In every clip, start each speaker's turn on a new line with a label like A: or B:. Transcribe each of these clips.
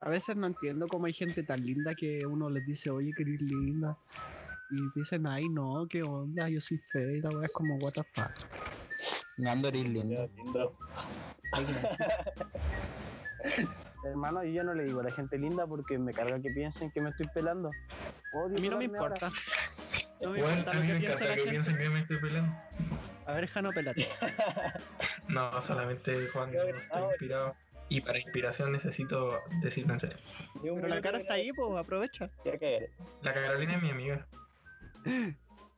A: A veces no entiendo cómo hay gente tan linda que uno les dice, oye, que eres linda. Y dicen, ay, no, qué onda, yo soy fea. Y la weá es como, what the fuck.
B: Nando eres
C: Ya,
B: lindo.
C: lindo.
D: Hermano, yo ya no le digo a la gente linda porque me carga que piensen que me estoy pelando. Odio
A: A mí no me
D: pelarme ahora.
A: importa. No me
E: Bueno,
A: importa
E: a
A: lo
E: mí
A: que
E: me
A: piensa
E: encanta
A: la
E: que
A: gente.
E: piensen que yo me estoy pelando.
A: A ver, Jano, pelate.
E: No, solamente cuando
C: Cabrón,
E: estoy
C: ahora.
E: inspirado. Y para inspiración necesito decirlo en serio.
C: Ni un
A: Pero la
C: minuto
A: cara
C: que
A: está
C: no-
A: ahí, pues, aprovecha.
C: Ya caer.
E: La Carolina es mi amiga.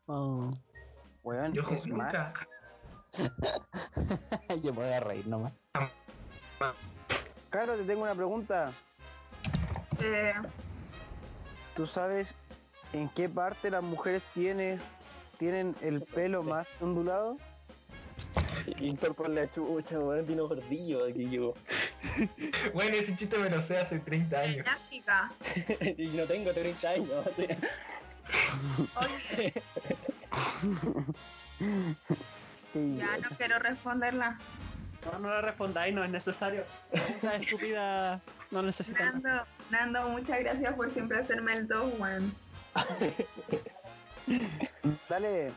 A: Oh.
D: Weón,
E: Yo
D: es más,
E: nunca
B: yo me voy a reír nomás.
D: Caro, te tengo una pregunta.
F: Eh,
D: ¿Tú sabes en qué parte las mujeres tienes, tienen el pelo más ondulado?
C: Víctor por la chucha, weón, tiene gordillo aquí yo.
E: Bueno, ese chiste me lo sé hace 30 años.
F: elástica.
C: Y no tengo 30 años.
F: Oye,
D: Sí,
F: ya no quiero responderla.
A: No, no la respondáis, no es necesario. Esa estúpida no necesita nada.
F: Nando, Nando, muchas gracias por siempre hacerme el dos, weón.
D: Dale,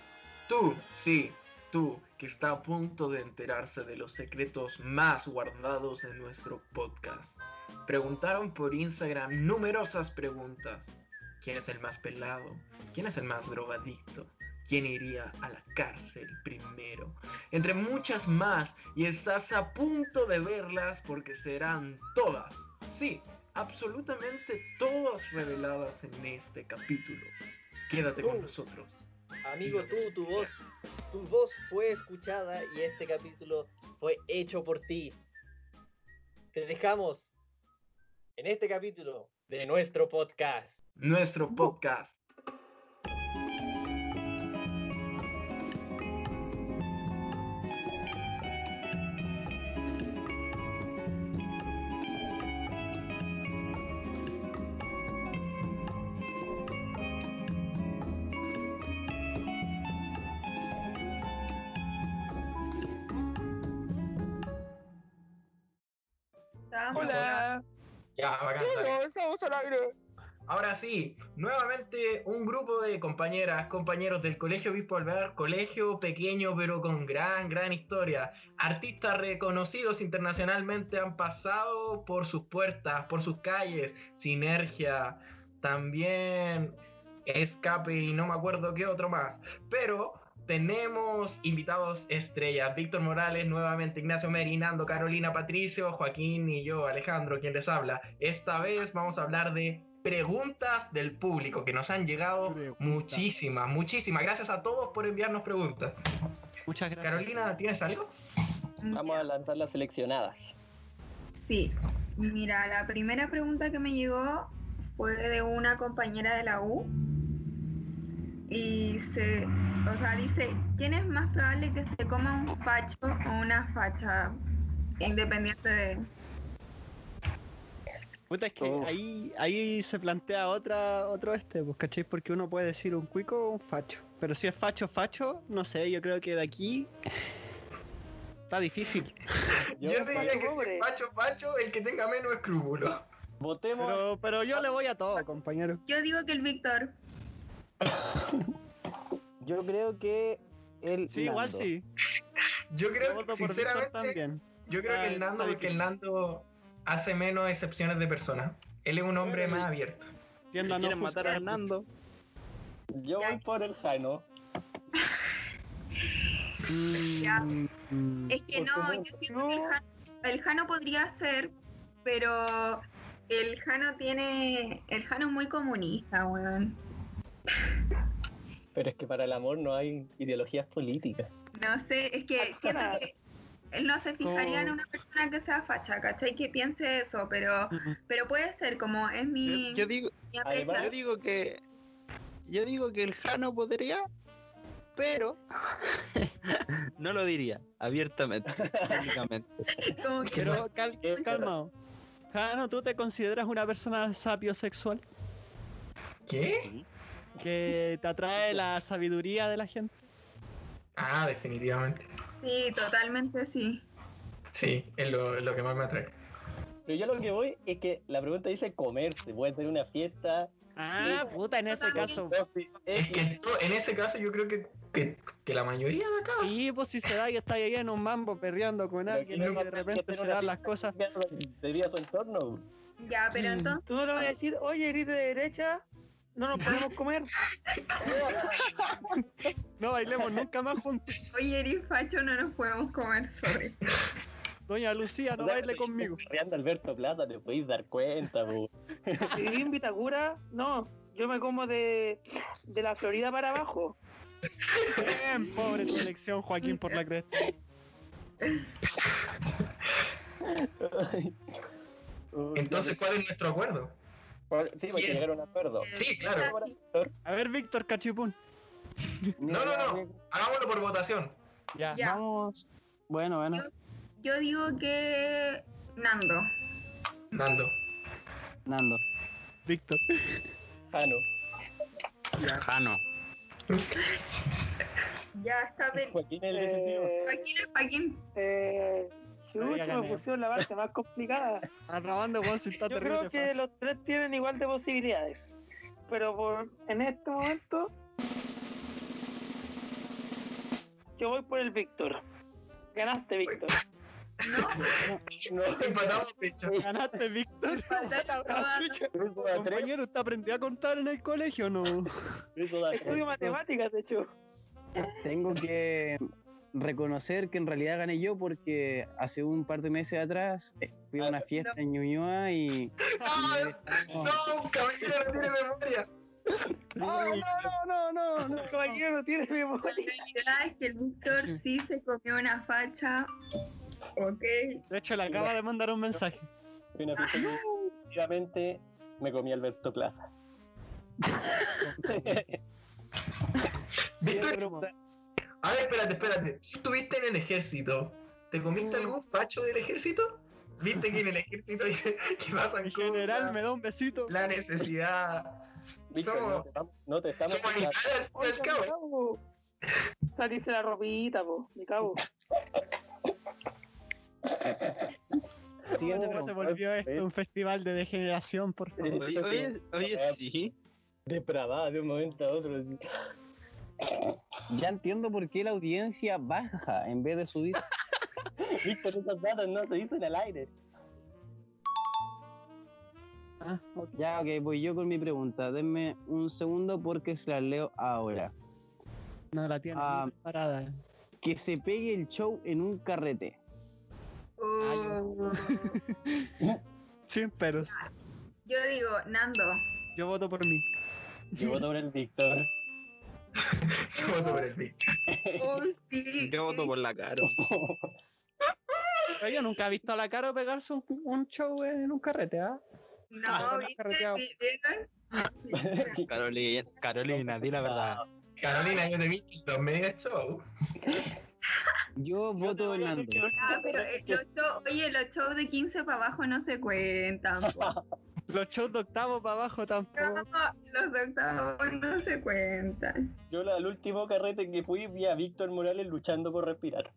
G: Tú, sí, tú, que está a punto de enterarse de los secretos más guardados de nuestro podcast. Preguntaron por Instagram numerosas preguntas. ¿Quién es el más pelado? ¿Quién es el más drogadicto? ¿Quién iría a la cárcel primero? Entre muchas más, y estás a punto de verlas porque serán todas. Sí, absolutamente todas reveladas en este capítulo. Quédate con
H: Uh.
G: nosotros.
H: Amigo, tú, tu voz, tu voz fue escuchada y este capítulo fue hecho por ti. Te dejamos en este capítulo de nuestro podcast.
G: nuestro
E: Uh.
G: podcast.
F: Estábamos-
E: Ya, bacán. dale.
D: estamos al aire.
E: Ahora sí, nuevamente un grupo de compañeras, compañeros del Colegio Obispo Alvear, colegio pequeño pero con gran, gran historia. Artistas reconocidos internacionalmente han pasado por sus puertas, por sus calles. Sinergia, también Escape y no me acuerdo qué otro más. Pero tenemos invitados estrellas. Víctor Morales, nuevamente Ignacio Meri, Nando, Carolina, Patricio, Joaquín y yo, Alejandro, quien les habla. Esta vez vamos a hablar de preguntas del público, que nos han llegado
A: Preguntas.
E: muchísimas, muchísimas. Gracias a todos por enviarnos preguntas.
A: Muchas gracias.
E: Carolina, ¿tienes algo?
C: Vamos a lanzar las seleccionadas.
F: Sí. Mira, la primera pregunta que me llegó fue de una compañera de la U. Y se, o sea, dice, ¿quién es más probable que se coma un facho o una facha? Independiente de.
A: Puta, es que
D: Oh.
A: ahí, ahí se plantea otra, otro este, pues, ¿cachai? Porque uno puede decir un cuico o un facho. Pero si es facho, facho, no sé, yo creo que de aquí está difícil.
C: Yo,
E: diría que si es Pacho Pacho, el que tenga menos escrúpulos.
C: votemos.
A: Pero, pero yo le voy a todo, compañero.
F: Yo digo que el Víctor.
D: Yo creo que el.
A: Sí, igual
D: Nando.
A: sí.
E: Yo
A: Yo
E: creo
A: voto
E: que,
A: por Víctor
E: sinceramente,
A: también.
E: yo creo que el
A: Está-
E: Nando,
A: está
E: porque el
A: difícil.
E: Nando hace menos excepciones de personas. Él es un hombre más abierto.
A: Tiendo a no
B: Quieren matar
A: matar
B: a
A: a Hernando.
C: Yo voy por el Jano.
F: Ya.
A: Mm, mm.
F: Es que
D: Por
F: no,
D: favor,
F: yo siento que el Jano, el Jano podría ser, pero el Jano tiene. El Jano es muy comunista, weón.
C: Pero es que para el amor no hay ideologías políticas.
F: No sé, es que siento que él no se fijaría en una persona que sea facha, ¿cachai? Que piense eso, pero, pero puede ser, como es mi,
B: Yo digo,
F: mi
C: además-
B: yo
F: apreciación.
B: digo que. Yo digo que el Jano podría, pero no lo diría abiertamente, públicamente.
F: Como que
A: Pero cal-
C: Eh,
A: calmado. Jano, ¿tú te consideras una persona sapiosexual?
E: ¿Qué?
A: ¿Que te atrae la sabiduría de la gente?
E: Ah, definitivamente.
F: sí, totalmente sí.
A: Eh,
E: Sí, es lo, lo que más me atrae.
C: Pero yo lo que voy es que la pregunta dice comerse. Puede ser una fiesta.
A: Ah, puta, en ese caso.
C: coffee,
E: Es
A: eh.
E: que
C: X.
E: esto- en ese caso yo creo que, que, que la mayoría de acá.
A: Sí, pues si se da que está ahí en un mambo perreando con
C: Pero
A: alguien
C: que
A: y
C: no-
A: de repente
C: que
A: se
C: una
A: dan las
C: fiesta
A: cosas.
C: Debido a su entorno.
F: Ya,
A: Mm.
F: pero entonces.
I: Mm. Tú no le vas a decir, oye, eres de derecha, no nos podemos comer.
A: No bailemos nunca más juntos.
F: Oye, eres facho, no nos podemos comer sobre.
A: Doña Lucía, no
C: O sea,
A: baile conmigo.
C: Reando Alberto Plaza, te podéis dar cuenta, po.
I: Si viví en Vitacura, no, yo me como de, de la Florida para abajo.
A: Bien, pobre tu elección, Joaquín, por la cresta.
C: Uy,
E: Entonces, ¿cuál es nuestro acuerdo?
C: ¿cuál- sí, porque
E: ¿quién?
C: llegaron a un acuerdo.
E: Sí, claro.
A: A ver, Víctor Cachipún.
E: No, no, no. Hagámoslo por votación.
A: Ya,
F: Ya.
A: vamos. Bueno, bueno.
F: Yo digo que. Nando.
E: Nando.
D: Nando.
A: Víctor.
C: Jano.
B: Jano.
F: Ya está. pen-
C: Joaquín el decisivo.
I: Eh,
F: Joaquín el Joaquín.
I: eh, chucha, me
A: gané.
I: pusieron la parte más complicada.
A: Arrabando, weón, si está
I: Yo
A: terrible.
I: creo que
A: fácil.
I: los tres tienen igual de posibilidades. Pero por, en este momento. Yo voy por el Víctor. Ganaste, Víctor.
E: Empatamos pecho.
A: Ganaste, Víctor.
F: Falta
I: Ah,
F: probar-
I: chucha,
C: Luis Oda tres,
A: Compañero, ¿usted aprendió a contar en el colegio o no?
C: Luis Oda tres.
I: Estudio matemáticas, de hecho.
D: Tengo que reconocer que en realidad gané yo porque hace un par de meses atrás eh, fui a una fiesta en Ñuñoa y...
E: No, caballero, no tiene memoria.
D: no, no, no.
I: Caballero, no tiene memoria.
F: realidad es que el Víctor sí se comió una facha. Ok.
A: De hecho, le acaba de mandar un mensaje.
C: Fui a una fiesta que, Efectivamente, me comí Alberto Plaza.
E: Víctor, a ver, espérate, espérate. Tú estuviste en el ejército. ¿Te comiste algún facho del ejército? ¿Viste que en el ejército hay- que pasan
A: Mi general
E: cosas?
A: me da un besito.
E: La necesidad.
C: Víctor, no te estamos- no te estamos.
E: Somos animales, al fin y al
I: Oiga, me
E: cabo.
I: cago. Salirse la ropita, po. Me cago.
D: Siguiente
A: ¿Cómo se
D: pregunta. Eh,
A: volvió esto un festival de degeneración, por favor?
B: Oye, oye, oye, sí.
C: Depravada de un momento a otro. así.
D: Ya entiendo por qué la audiencia baja en vez de subir.
C: Víctor, esas datas no se dicen al aire.
D: Ya, ok, voy yo con mi pregunta. Denme un segundo porque se la leo ahora.
A: No, la tiene
D: Ah.
A: muy preparada.
D: Que se pegue el show en un carrete.
F: Oh.
A: Sin peros.
F: Yo digo, Nando.
A: Yo voto por mí.
C: Yo voto por el Víctor.
E: Yo voto por el Víctor.
F: Oh, sí,
B: Yo
F: sí.
B: voto por la Caro.
A: Pero yo nunca he visto a la Caro pegarse un, un show en un carrete, ¿ah? Ah,
F: No,
A: con las
F: ¿viste?
A: carreteadas.
F: ¿Vieron?
B: Carolina, Carolina, di la verdad.
E: Carolina, yo te vi en los media show.
D: Yo voto Nando.
F: Ah, pero eh, los show- oye, los shows de 15 para abajo no se cuentan. po.
A: Los shows de octavo para abajo
F: No,
A: tampoco.
F: los de octavo no se cuentan.
C: Yo la- al último carrete que fui vi a Víctor Morales luchando por respirar.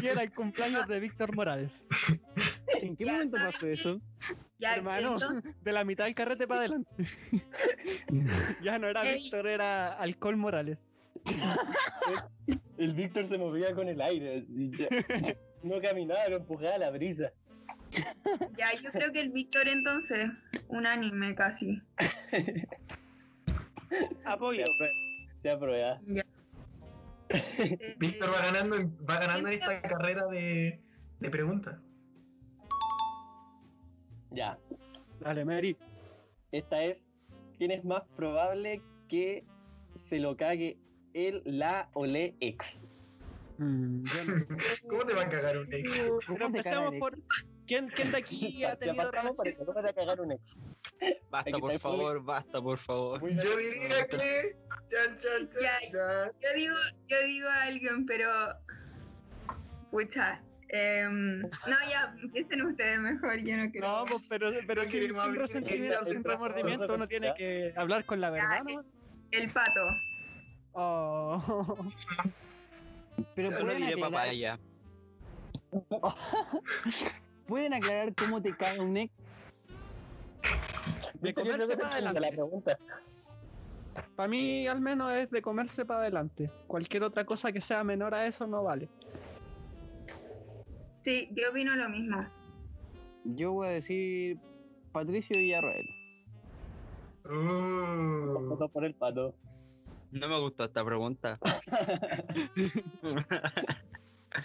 A: Y era el cumpleaños de Víctor Morales.
D: ¿En qué
F: Ya,
D: momento
F: ¿sabes
D: pasó
F: qué?
D: eso?
F: Ya,
A: Hermano.
F: entonces,
A: De la mitad del carrete para adelante. ya no era
F: Ey.
A: Víctor, era Alcohol Morales.
C: El Víctor se movía con el aire. así, ya. No caminaba, lo empujaba a la brisa.
F: ya, yo creo que el Víctor entonces, un anime casi.
C: Se
I: Apoyo.
C: aprueba. Se aprueba.
F: Eh,
E: Víctor va ganando, en- va ganando en esta carrera de, de preguntas.
C: Ya.
A: Dale, Mary.
C: Esta es. ¿Quién es más probable que se lo cague él, la o le ex?
A: Mm,
E: ¿Cómo te va a cagar un ex?
A: Pero empecemos por. ¿Quién, quién de aquí ha
C: Ya
A: tenido
C: partamos por
A: relaciones?
C: eso, no me voy a cagar un ex.
B: Basta, por favor, basta, por favor.
C: Muy
E: Yo
C: bien.
E: diría que. Chan, chan,
F: Ya.
E: chan, chan.
F: yo digo, yo digo a alguien, pero. Pucha. em, no, ya, empiecen ustedes mejor, yo no quiero.
A: No, pues, pero, pero
E: Creo que
A: sin,
E: vamos a
A: sin
E: abrir
A: resentimiento,
E: el-
A: sin
E: el trazo.
A: remordimiento, uno tiene que hablar con la verdad, ¿no?
F: El pato.
A: Oh.
D: Pero
B: Yo no
D: pueden
B: diré
D: agregar,
B: papaya.
D: ¿Pueden aclarar cómo te cae un ex?
A: De comerse para adelante.
C: la pregunta.
A: Para mí, al menos, es de comerse para adelante. Cualquier otra cosa que sea menor a eso no vale.
F: Sí, yo opino lo mismo.
D: Yo voy a decir Patricio Villarroel.
E: Uh,
C: Voto por el pato.
B: No me gustó esta pregunta.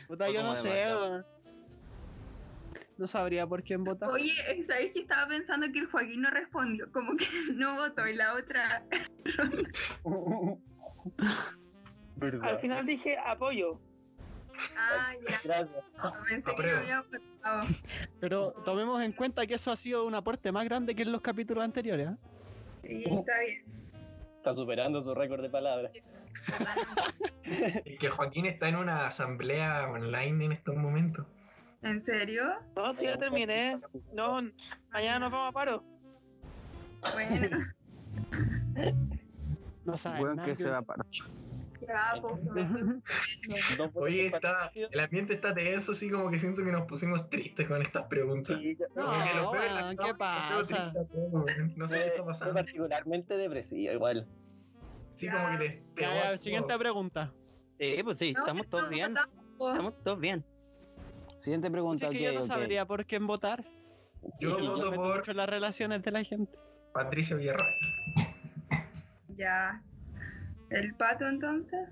A: Puta,
B: Fue
A: yo
B: como
A: no sé,
B: demasiado.
A: weón. No sabría por quién votar.
F: Oye, ¿sabéis que estaba pensando que el Joaquín no respondió? Como que no votó y la otra.
I: Al final dije apoyo.
F: Ah, ya.
C: Gracias.
F: Pensé que no
E: Apruebo.
F: había votado.
A: Pero tomemos en cuenta que eso ha sido un aporte más grande que en los capítulos anteriores. ¿eh?
F: Sí, está bien.
C: Está superando su récord de palabras.
E: que Joaquín está en una asamblea online en estos momentos.
F: ¿En serio?
I: No, si ya terminé. No, mañana nos vamos a paro.
F: Bueno,
A: No sabes.
D: Weón
A: Ah, nada
D: que
A: que-
D: se va para.
F: ya, pues.
C: Dos votos
E: Oye,
C: por
E: está, el ambiente está tenso, así como que siento que nos pusimos tristes con estas preguntas.
A: No,
E: Como que lo peor es la-
A: weón,
E: no,
A: ¿qué
E: lo peor es
A: pasa?
E: triste a todo, weón. No sé qué está
C: Fue
E: pasando.
C: particularmente depresivo, igual.
E: Sí, como que les pegó
A: Ya, ya,
E: a todos.
A: siguiente pregunta.
B: Sí, pues sí,
F: No,
B: estamos todos bien.
F: tampoco.
B: Estamos todos bien.
D: Siguiente pregunta,
A: Es que
D: ok,
A: yo no
D: ok.
A: sabría por quién votar.
E: Yo
A: Yo
E: voto
A: respeto
E: por
A: mucho las relaciones de la gente.
E: Patricio Villarroel.
F: Ya. ¿El pato entonces?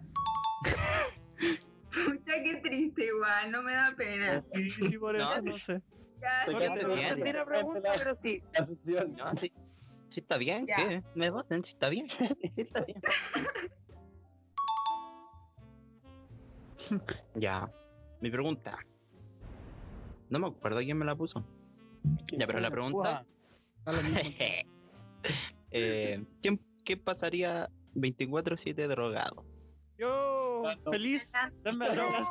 F: Puta, qué triste igual, no me da pena.
A: Sí, sí, por
B: No.
A: eso no sé.
F: Ya,
C: Soy
F: sí,
C: Pato
F: como-
B: bien.
I: Perdí la pregunta, pero sí.
C: La sección.
B: No, sí. Sí está bien,
F: Ya.
B: ¿qué? Me voten, sí está bien. Sí está bien. ya. Mi pregunta. No me acuerdo quién me la puso. Ya, pero la pregunta. eh, ¿quién- ¿Qué pasaría 24-7 drogado?
A: Yo,
C: Pato.
A: feliz, denme drogas.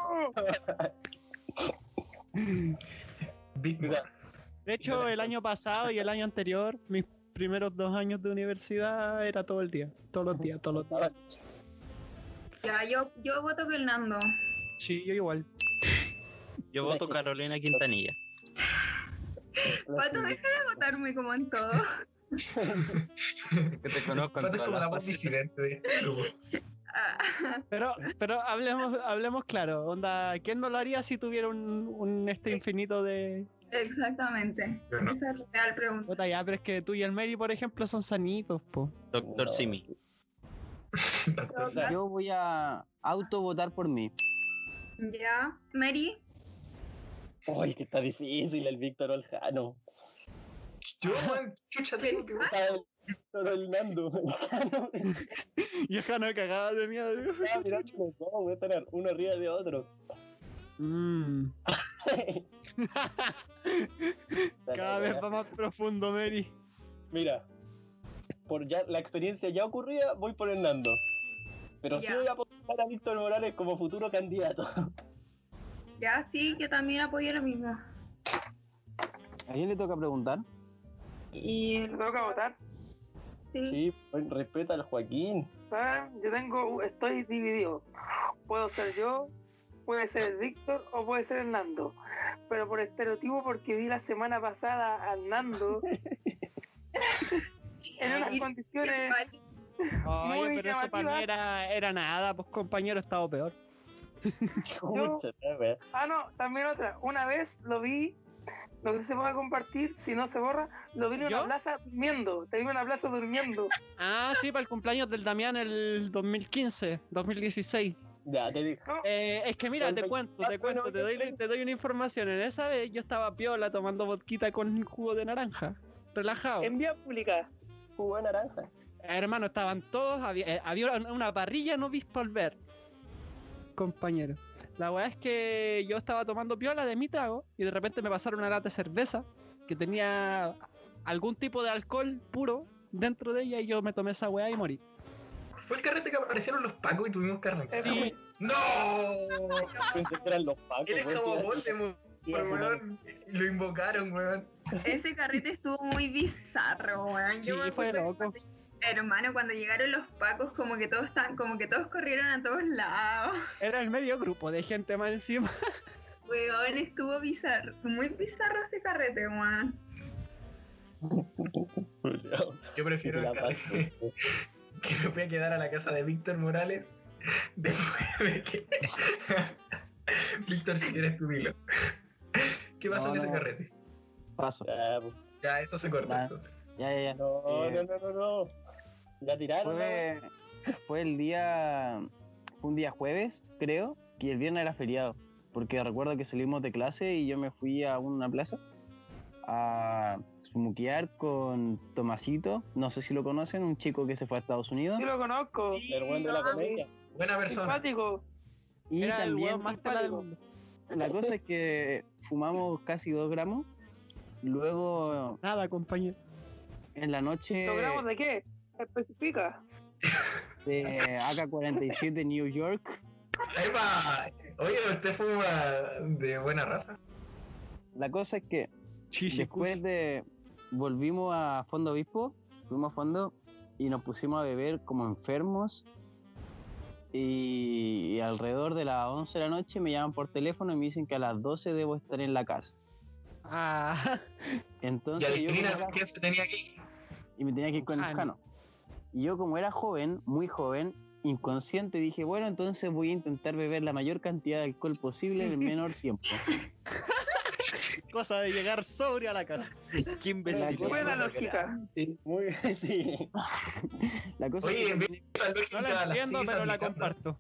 E: Big
C: O sea,
E: Mac.
A: De hecho, el año pasado y el año anterior, mis primeros dos años de universidad era todo el día. Todos los días, todos los días.
F: ya, yo, yo voto con el Nando.
A: Sí, yo igual.
B: Yo voto Carolina Quintanilla.
F: Pato, deja de votarme como en todo.
B: Que te conozco en
E: Pato es
B: todas
E: como la
B: las
E: voz
B: facetas.
E: disidente de este grupo.
F: Ah.
A: Pero, pero hablemos, hablemos claro, onda, ¿quién no lo haría si tuviera un, un este infinito de
F: Exactamente.
E: Yo no.
F: Esa es la real pregunta.
A: puta ya? Pero es que tú y el Mary, por ejemplo, son sanitos, po.
B: Doctor Simi.
E: Doctor
C: sea,
D: Yo voy a autovotar por mí.
F: Ya, Mary,
C: Uy, que está difícil el Víctor Oljano.
E: Yo, weón, chucha, tengo que
C: Está el Víctor Oljando.
A: Y acá no cagaba de miedo.
C: Ah, mirá, los dos, voy a estar uno arriba de otro.
A: Mm, cada vez va más profundo, Mary.
C: Mira, por ya la experiencia ya ocurrida, voy por Hernando. Pero sí
F: Ya.
C: voy a apostar a Víctor Morales como futuro candidato.
F: ya sí, yo también apoyo lo mismo.
D: ¿A quién le toca preguntar?
F: Y el-
I: Me toca votar.
F: sí,
C: Sí, buen respeto al Joaquín.
I: ¿Saben? Yo tengo, estoy dividido. Puedo ser yo, puede ser el Víctor o puede ser el Nando. Pero por estereotipo, porque vi la semana pasada al Nando en unas
F: Eh, Y-
I: condiciones.
A: Oye,
I: Muy
A: pero eso para mí
I: llamativas.
A: era, era nada, pues compañero, estaba peor.
C: Mucha la wea.
I: Ah, no, también otra. Una vez lo vi, no sé si se puede compartir, si no se borra, lo vi en
A: ¿Yo?
I: una plaza durmiendo. Te vi en una plaza durmiendo.
A: Ah, sí, para el cumpleaños del Damián el 2015, 2016.
C: Ya, te digo.
I: No,
A: Eh, es que mira,
C: El
A: te cuento, te
C: 24 de
A: cuento, te doy,
C: noviembre.
A: te doy una información. En esa vez yo estaba piola tomando vodquita con jugo de naranja. Relajado.
I: en vía pública.
C: Jugo de naranja.
A: Hermano, estaban todos, había, eh, había una- una parrilla no visto al ver. Compañero. La weá es que yo estaba tomando piola de mi trago y de repente me pasaron una lata de cerveza que tenía algún tipo de alcohol puro dentro de ella y yo me tomé esa weá y morí.
E: Fue el carrete que aparecieron los pacos y tuvimos que arrancar.
A: Sí.
E: ¡No!
C: Pensé que eran los pacos.
E: Eres
C: weón,
E: como
C: que-
E: Voldemort,
C: que iba a poner-
E: weón. Lo invocaron, weón.
F: Ese carrete estuvo muy bizarro, weón.
A: Sí,
F: Yo me
A: fue
F: acuerdo
A: loco.
F: cuando- Hermano, cuando llegaron los pacos, como que todos estaban, como que todos corrieron a todos lados.
A: Era el medio grupo de gente más encima.
F: Weón, estuvo bizarro. Muy bizarro ese carrete, weón.
E: Yo prefiero el carrete que me voy a quedar a la casa de Víctor Morales después de que. Víctor, si quieres tu dilo. ¿Qué pasó
D: No,
E: en ese
D: no.
E: carrete?
D: Paso.
C: Ah,
H: Ya, pues.
E: Ya, eso se corta
D: Ya.
E: entonces.
D: Ya, ya, ya.
H: No,
D: Eh,
H: no, no, no, no. La tiraron.
D: Fue, fue el día. fue un día jueves, creo, y el viernes era feriado. Porque recuerdo que salimos de clase y yo me fui a una plaza a smuquear con Tomasito. No sé si lo conocen, un chico que se fue a Estados Unidos.
I: Yo lo conozco.
H: ¿no? El buen de la comedia.
E: Buena persona.
I: Simpático.
D: Y
A: Era el
D: también
A: weón más pela del mundo.
D: la cosa es que fumamos casi dos gramos. Luego
A: Nada, compañero.
D: en la noche
I: ¿Logramos de qué? Especifica.
D: de AK-47 New York.
E: Ahí va. Oye, usted fuma de buena raza.
D: La cosa es que
A: Chiche,
D: Después de. Volvimos a Fondo Obispo, fuimos a Fondo y nos pusimos a beber como enfermos. Y, y alrededor de las 11 de la noche me llaman por teléfono y me dicen que a las 12 debo estar en la casa.
A: Ah,
E: Y
D: Entonces yo como
E: adivina
D: era-
E: quién se tenía que ir.
D: y me tenía que ir con el
A: Jano.
D: Jano. Y yo como era joven, muy joven, inconsciente, dije, bueno, entonces voy a intentar beber la mayor cantidad de alcohol posible en el menor tiempo.
B: Cosa de llegar sobrio a la casa.
A: qué
D: La
A: imbécil.
D: cosa-
I: Buena lógica.
C: Sí, muy bien, sí.
D: La cosa es que
E: Oye, ve esa lógica,
A: No la entiendo,
E: sigues
A: pero la
E: aplicando.
A: comparto.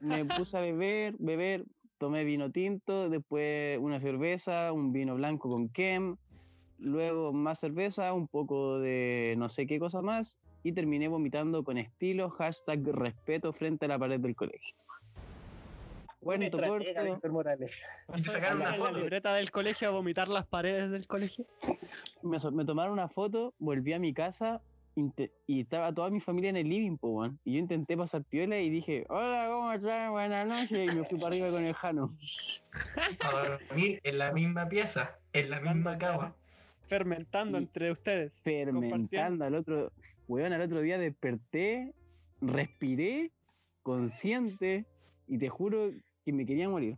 D: me puse a beber, beber, tomé vino tinto, después una cerveza, un vino blanco con kem, luego más cerveza, un poco de no sé qué cosa más, y terminé vomitando con estilo, hashtag respeto frente a la pared del colegio.
H: Buena
D: Cuento
H: estratega,
D: corto,
H: Víctor Morales.
E: Y te sacaron una
A: en la
E: foto.
A: libreta del colegio a vomitar las paredes del colegio.
D: me, so- me tomaron una foto, volví a mi casa inte- y estaba toda mi familia en el living, po, weón. Y yo intenté pasar piola y dije, hola, ¿cómo están? Buenas noches. Y me fui para arriba con el Jano.
E: a dormir en la misma pieza, en la misma cama.
A: Fermentando
D: Y-
A: entre ustedes.
D: fermentando al otro, weón, al otro día desperté, respiré, consciente, y te juro que me quería morir.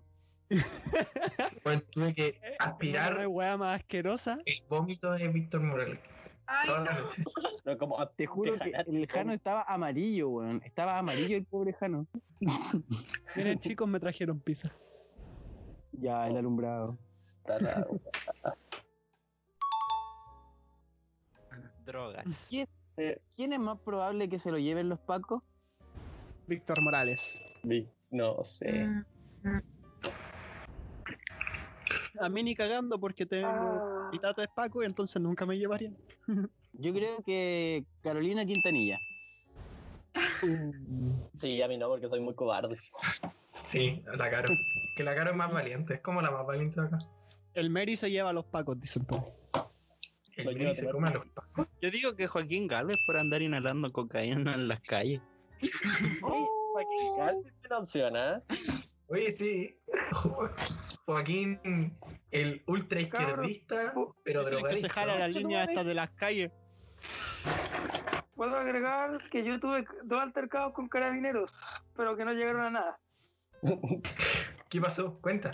E: Bueno, tuve que
A: Eh, No hay
E: aspirar
A: hueá más asquerosa.
E: el vómito de Víctor Morales.
F: Ay,
E: Toda la
F: no.
E: noche.
H: No, como
D: Te juro
H: te
D: que
H: jalaste
D: el Jano estaba amarillo, weón. Estaba amarillo el pobre Jano.
A: Miren, chicos, me trajeron pizza.
D: Ya, el alumbrado.
H: con la-
C: Ah,
B: Drogas.
D: este, ¿Quién es más probable que se lo lleven los pacos?
A: Víctor Morales.
H: Vi- No sé.
F: Mm.
A: A mí ni cagando porque tengo.
I: Ah,
A: Mi tata es Paco y entonces nunca me llevarían.
D: Yo creo que Carolina Quintanilla.
H: Sí, a mí no, porque soy muy cobarde.
E: Sí, la Caro. Que la Caro es más valiente, es como la más valiente de acá.
A: El Mary se lleva a los Pacos, dicen. po.
E: El
H: Lo lleva
E: Miri
H: a
E: se
H: tomar.
E: come a los pacos.
B: Yo digo que Joaquín Gales por andar inhalando cocaína en las calles.
H: Joaquín Gales es una opción, ¿ah?
E: Oye, sí. Jo- Joaquín, el ultra izquierdista,
I: Cabro.
E: pero
G: Uh, Es el que se
E: drogadicto.
G: jala las
I: Concha tu
G: líneas
I: madre.
G: estas de las calles.
I: Puedo agregar que yo tuve dos altercados con carabineros, pero que no llegaron a nada.
E: ¿Qué pasó? Cuenta.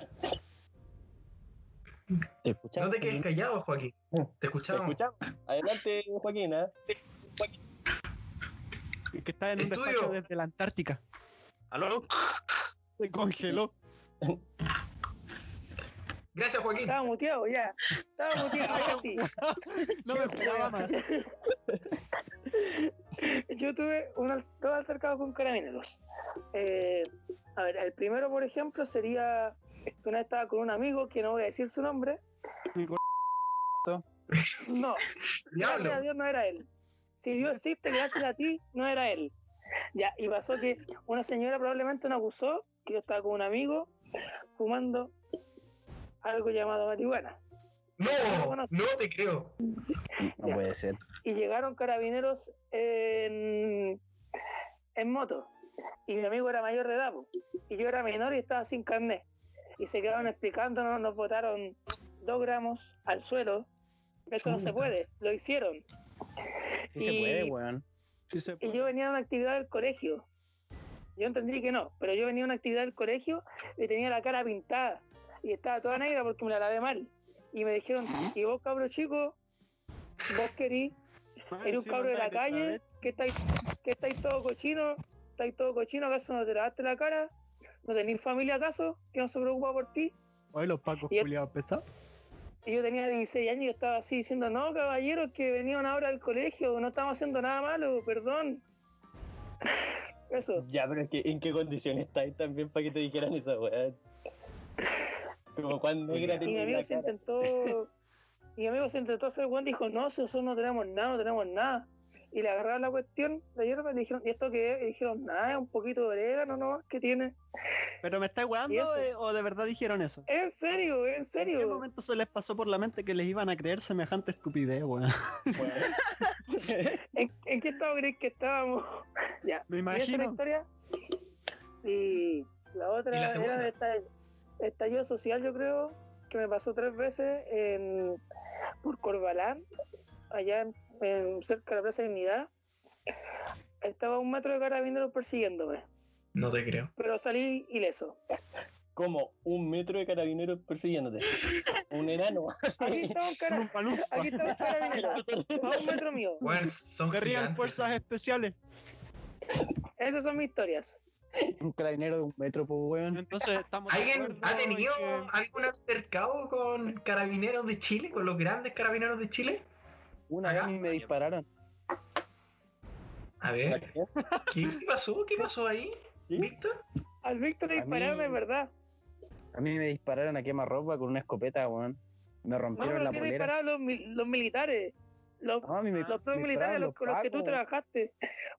D: Te
E: No
D: escuchamos.
E: te quedes callado, Joaquín. Te
H: Te
E: escuchamos.
H: escuchamos. Adelante, Joaquín, ¿ah?
A: Que está en un
E: Estudio.
A: despacho desde la Antártica.
B: ¿Aló?
A: Se congeló.
E: Gracias, Joaquín.
I: Estaba muteado ya. Estaba muteado ya sí.
A: No me esperaba más.
I: Yo tuve un al- dos altercados con carabineros. Eh, a ver, el primero, por ejemplo, sería que una vez estaba con un amigo que no voy a decir su nombre. No, gracias a
E: Diablo.
I: Dios no era él. Si Dios existe, gracias a ti, no era él. Ya, y pasó que una señora probablemente nos acusó que yo estaba con un amigo fumando algo llamado marihuana.
E: No, no te creo.
D: No puede ser.
I: y llegaron carabineros en, en moto. Y mi amigo era mayor de edad, po. y yo era menor y estaba sin carnet. Y se quedaron explicándonos, nos botaron dos gramos al suelo. Eso no se puede, lo hicieron.
D: Sí se
I: Y-
D: puede, weón.
A: Sí se
I: Y
A: puede.
I: yo venía de una actividad del colegio. Yo entendí que no, pero yo venía de una actividad del colegio y tenía la cara pintada. y estaba toda negra porque me la lavé mal. Y me dijeron, ¿y vos, cabro chico? ¿Vos querís? ¿Eres un cabro de la calle? ¿Qué estáis, que estáis todo cochino? ¿Estáis todo cochino? ¿Acaso no te lavaste la cara? ¿No tenéis familia acaso que no se preocupa por ti?
J: Oye, los pacos
I: Y-
J: culiados pesados.
I: Y yo tenía 16 años y yo estaba así diciendo, no, caballeros, que venían ahora del colegio, no estamos haciendo nada malo, perdón. Eso.
C: Ya, pero es que ¿en qué condiciones estáis también para que te dijeran esa weá? Como cuando negra
I: Y mi
C: tenía
I: amigo
C: la
I: se
C: cara.
I: intentó, mi amigo se intentó hacer weón, dijo, no, si nosotros no tenemos nada, no tenemos nada. Y le agarraron la cuestión, la hierba, y le dijeron, ¿y esto qué es? Y dijeron, nada, es un poquito de orégano, no, ¿qué tiene?
A: ¿Pero me estáis
I: ¿Y
A: weando
I: eso?
A: eh, o de verdad dijeron eso?
I: En serio, en
A: ¿En qué
I: serio.
A: momento se les pasó por la mente que les iban a creer semejante estupidez, weón?
I: ¿En, en qué estado crees que estábamos? ya.
A: Me
I: Y esa es la
A: imagino.
I: historia. Y la otra
E: ¿Y la
I: era
E: segunda?
I: el estall- estallido social, yo creo, que me pasó tres veces en, por Corbalán, allá en, en- cerca de la Plaza Dignidad. Estaba un metro de carabineros persiguiéndome,
E: No te creo.
I: pero salí ileso.
C: Como un metro de carabineros persiguiéndote. Un enano.
D: Oh,
I: Aquí estaba un, cara, aquí estaba un carabinero, a un metro mío.
E: Bueno, son
J: Querrían
E: gigantes.
J: fuerzas especiales.
I: Esas son mis historias.
D: Un carabinero de un metro, pues, weón.
A: Entonces estamos. de
E: ¿Alguien
A: acuerdo
E: ha
A: en
E: tenido
A: que-
E: algún altercado con carabineros de Chile, con los grandes carabineros de Chile?
D: Una
E: Ajá.
D: vez me dispararon.
E: A ver, ¿qué pasó? ¿Qué pasó ahí, Víctor?
I: Al Víctor
D: A
I: le dispararon,
D: mí-
I: es verdad.
D: A mí me dispararon a quemarropa con una escopeta, weón. Me
I: No,
D: rompieron
I: pero
D: la Ah,
I: ¿quién
D: polera.
I: disparaba los, mil- los militares? Los,
D: No, a mí me,
I: los
D: me
I: propios militares
D: dispararon
I: los, con los que tú
D: pacos,
I: trabajaste.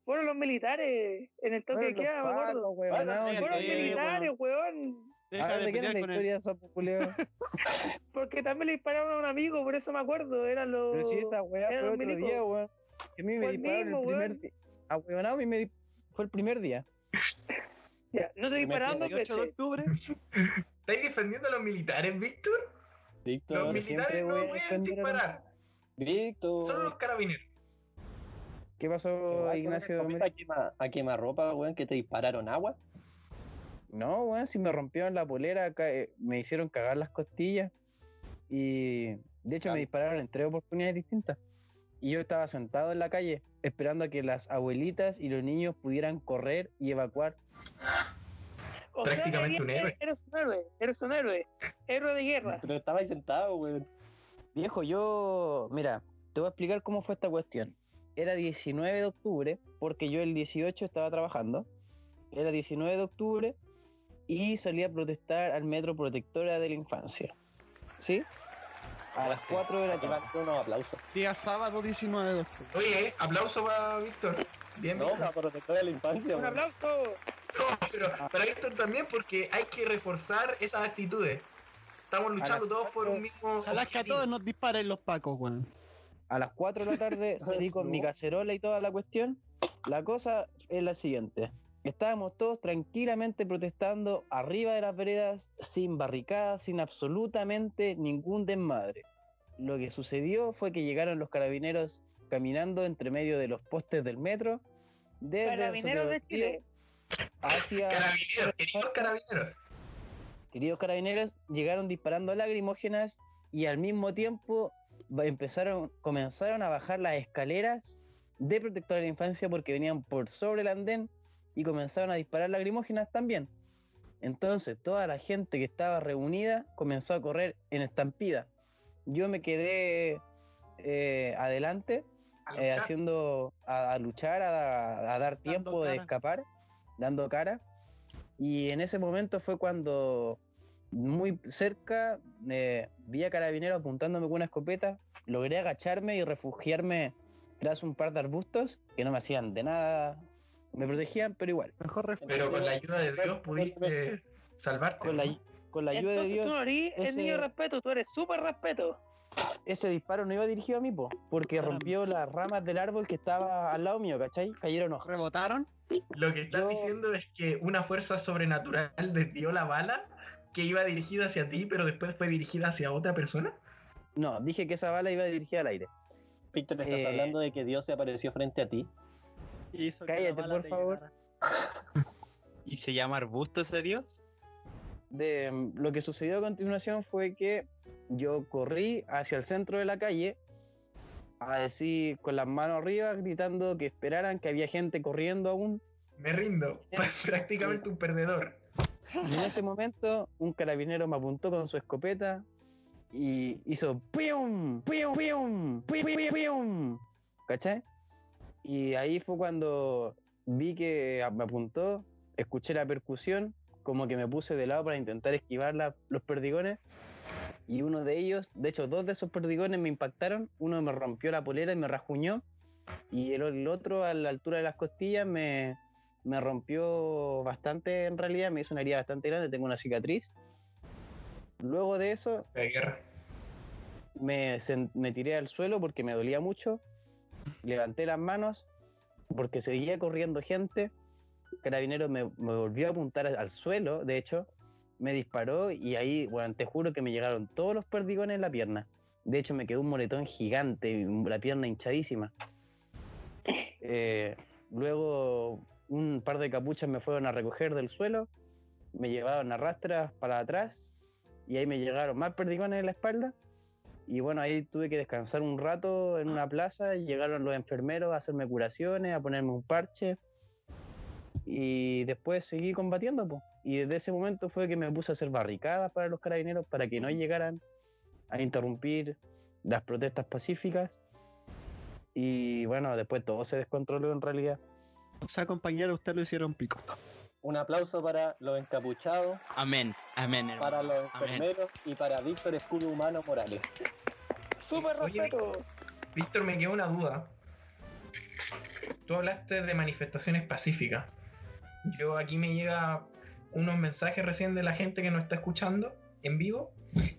I: Fueron los militares en el toque
D: weón.
I: de queda, me
D: Fueron los
I: acuerdo.
D: pacos, weón.
J: Fueron
D: No,
J: los
D: sí,
I: Fueron los
J: Sí, weón.
I: militares, weón.
J: Deja
D: Ahora
J: de
D: se quedan
J: pelear
D: la
J: con él.
D: historia de esos culiados.
I: Porque también le dispararon a un amigo, por eso me acuerdo. Eran los.
D: Pero si esa weá
I: Era
D: fue
I: un
D: otro
I: milico.
D: día, weón. Si a mí
I: Fue
D: me
I: el
D: dispararon
I: mismo,
D: el primer ah,
I: weón.
D: día. A weón, a mí me di- fue el primer día.
I: Ya, no pues, te dispararon dos
A: 18 de
I: veces.
A: octubre.
E: ¿Estáis defendiendo a los militares, Víctor? Los
C: Víctor,
D: mi- siempre
E: militares no
D: voy a
E: pueden
D: defender a los-
E: disparar, solo los
C: Víctor.
E: carabineros.
D: ¿Qué pasó, Ignacio?
C: A, quema, a quemarropa, weón, que te dispararon agua.
D: No, weón, si me rompieron la polera, ca- eh, me hicieron cagar las costillas. Y de hecho me dispararon en tres oportunidades distintas. Y yo estaba sentado en la calle esperando a que las abuelitas y los niños pudieran correr y evacuar.
I: O sea,
E: Prácticamente
I: que
E: un héroe.
I: Eres un héroe, eres un héroe. Héroe de guerra.
C: Pero estaba ahí sentado, weón.
D: Viejo, yo, mira, te voy a explicar cómo fue esta cuestión. Era 19 de octubre, porque yo el 18 estaba trabajando. Era 19 de octubre y salí a protestar al Metro Protectora de la Infancia. ¿Sí? A las 4 de la
C: Aquí
D: tarde.
C: van unos aplausos.
A: Día sábado 19 de octubre.
E: Oye, eh, aplauso para Víctor. Bien,
C: No,
E: Víctor.
C: para protector de la infancia,
I: Un
C: weón.
I: aplauso.
E: No, pero para Víctor también, porque hay que reforzar esas actitudes. Estamos luchando todos por un mismo.
A: Ojalá que a
E: objetivo.
A: todos nos disparen los pacos, weón.
D: a las 4 de la tarde salí con mi cacerola y toda la cuestión. La cosa es la siguiente. Estábamos todos tranquilamente protestando arriba de las veredas, sin barricadas, sin absolutamente ningún desmadre. Lo que sucedió fue que llegaron los carabineros caminando entre medio de los postes del metro, desde
I: Carabineros de
D: Sotero del
I: Chile.
D: Tío hacia
E: Carabineros, queridos carabineros.
D: queridos carabineros, llegaron disparando lagrimógenas y al mismo tiempo ba- empezaron, comenzaron a bajar las escaleras de protector de la infancia porque venían por sobre el andén y comenzaron a disparar lagrimógenas también. Entonces toda la gente que estaba reunida comenzó a correr en estampida. Yo me quedé eh, adelante
E: A
D: eh,
E: luchar.
D: haciendo a, a luchar, a, a dar tiempo de
A: cara.
D: escapar, dando cara. Y en ese momento fue cuando muy cerca eh, vi a carabineros apuntándome con una escopeta, logré agacharme y refugiarme tras un par de arbustos que no me hacían de nada, me protegían, pero igual.
A: Mejor ref-
E: Pero con la ayuda de Dios pudiste salvarte.
D: Con la,
E: ¿no?
D: con la ayuda de
I: Entonces tú
D: Dios,
I: no eres el
D: ese-
I: niño respeto, tú eres súper respeto.
D: ese disparo no iba dirigido a mí, po, porque
A: Caramba.
D: rompió las ramas del árbol que estaba al lado mío, ¿cachai? Cayeron hojas.
A: ¿Rebotaron?
E: Lo que estás
D: Yo-
E: diciendo es que una fuerza sobrenatural desvió la bala que iba dirigida hacia ti, pero después fue dirigida hacia otra persona.
D: No, dije que esa bala iba dirigida al aire.
C: Víctor, estás
D: Eh.
C: hablando de que Dios se apareció frente a ti.
A: Hizo que la
D: Cállate,
A: bala
D: por
A: te
D: favor.
A: llegara.
B: ¿Y se llama arbusto ese dios?
D: de mm, lo que sucedió a continuación fue que yo corrí hacia el centro de la calle a decir con las manos arriba, gritando que esperaran, que había gente corriendo aún.
E: Me rindo. Prácticamente un perdedor.
D: Y en ese momento un carabinero me apuntó con su escopeta y hizo ¡Pium! ¡Pium! ¡Pium! ¡Pium! ¡Pium! ¡Pium! ¿Cachai? Y ahí fue cuando vi que a- me apuntó, escuché la percusión, como que me puse de lado para intentar esquivar la- los perdigones. Y uno de ellos, de hecho dos de esos perdigones me impactaron, uno me rompió la polera y me rajuñó, y el, el otro a la altura de las costillas me, me rompió bastante en realidad, me hizo una herida bastante grande, tengo una cicatriz. Luego de eso
E: La guerra.
D: me, sen- me tiré al suelo porque me dolía mucho. Levanté las manos porque seguía corriendo gente. Carabinero me, me volvió a apuntar al- al suelo, de hecho. Me disparó y ahí, bueno, te juro que me llegaron todos los perdigones en la pierna. De hecho, me quedó un moretón gigante, y la pierna hinchadísima. Eh, luego, un par de capuchas me fueron a recoger del suelo, me llevaron a rastras para atrás y ahí me llegaron más perdigones en la espalda. Y bueno, ahí tuve que descansar un rato en una plaza. y Llegaron los enfermeros a hacerme curaciones, a ponerme un parche. Y después seguí combatiendo. po. Y desde ese momento fue que me puse a hacer barricadas para los carabineros para que no llegaran a interrumpir las protestas pacíficas. Y bueno, después todo se descontroló en realidad.
A: O sea, compañero, usted lo hicieron pico.
C: Un aplauso para los encapuchados,
B: Amén, amén, hermano.
C: para los
B: amén.
C: enfermeros y para Víctor Escudo Humano Morales.
I: Súper
E: Oye,
I: respeto.
E: Víctor, me quedó una duda. Tú hablaste de manifestaciones pacíficas. Yo aquí me llega unos mensajes recién de la gente que nos está escuchando en vivo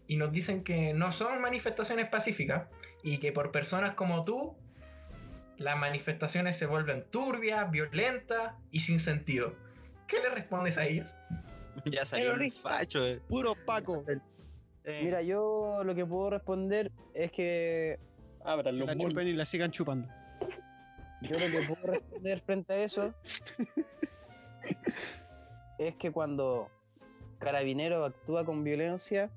E: y nos dicen que no son manifestaciones pacíficas y que por personas como tú las manifestaciones se vuelven turbias, violentas y sin sentido. ¿Qué le respondes a ellos?
B: Ya salió el
I: origen.
B: facho. eh.
A: Puro Paco.
D: Mira, yo lo que puedo responder es que
C: Abran los
A: La
C: mundos.
A: chupen y la sigan chupando.
D: Yo lo que puedo responder frente a eso es que cuando Carabinero actúa con violencia,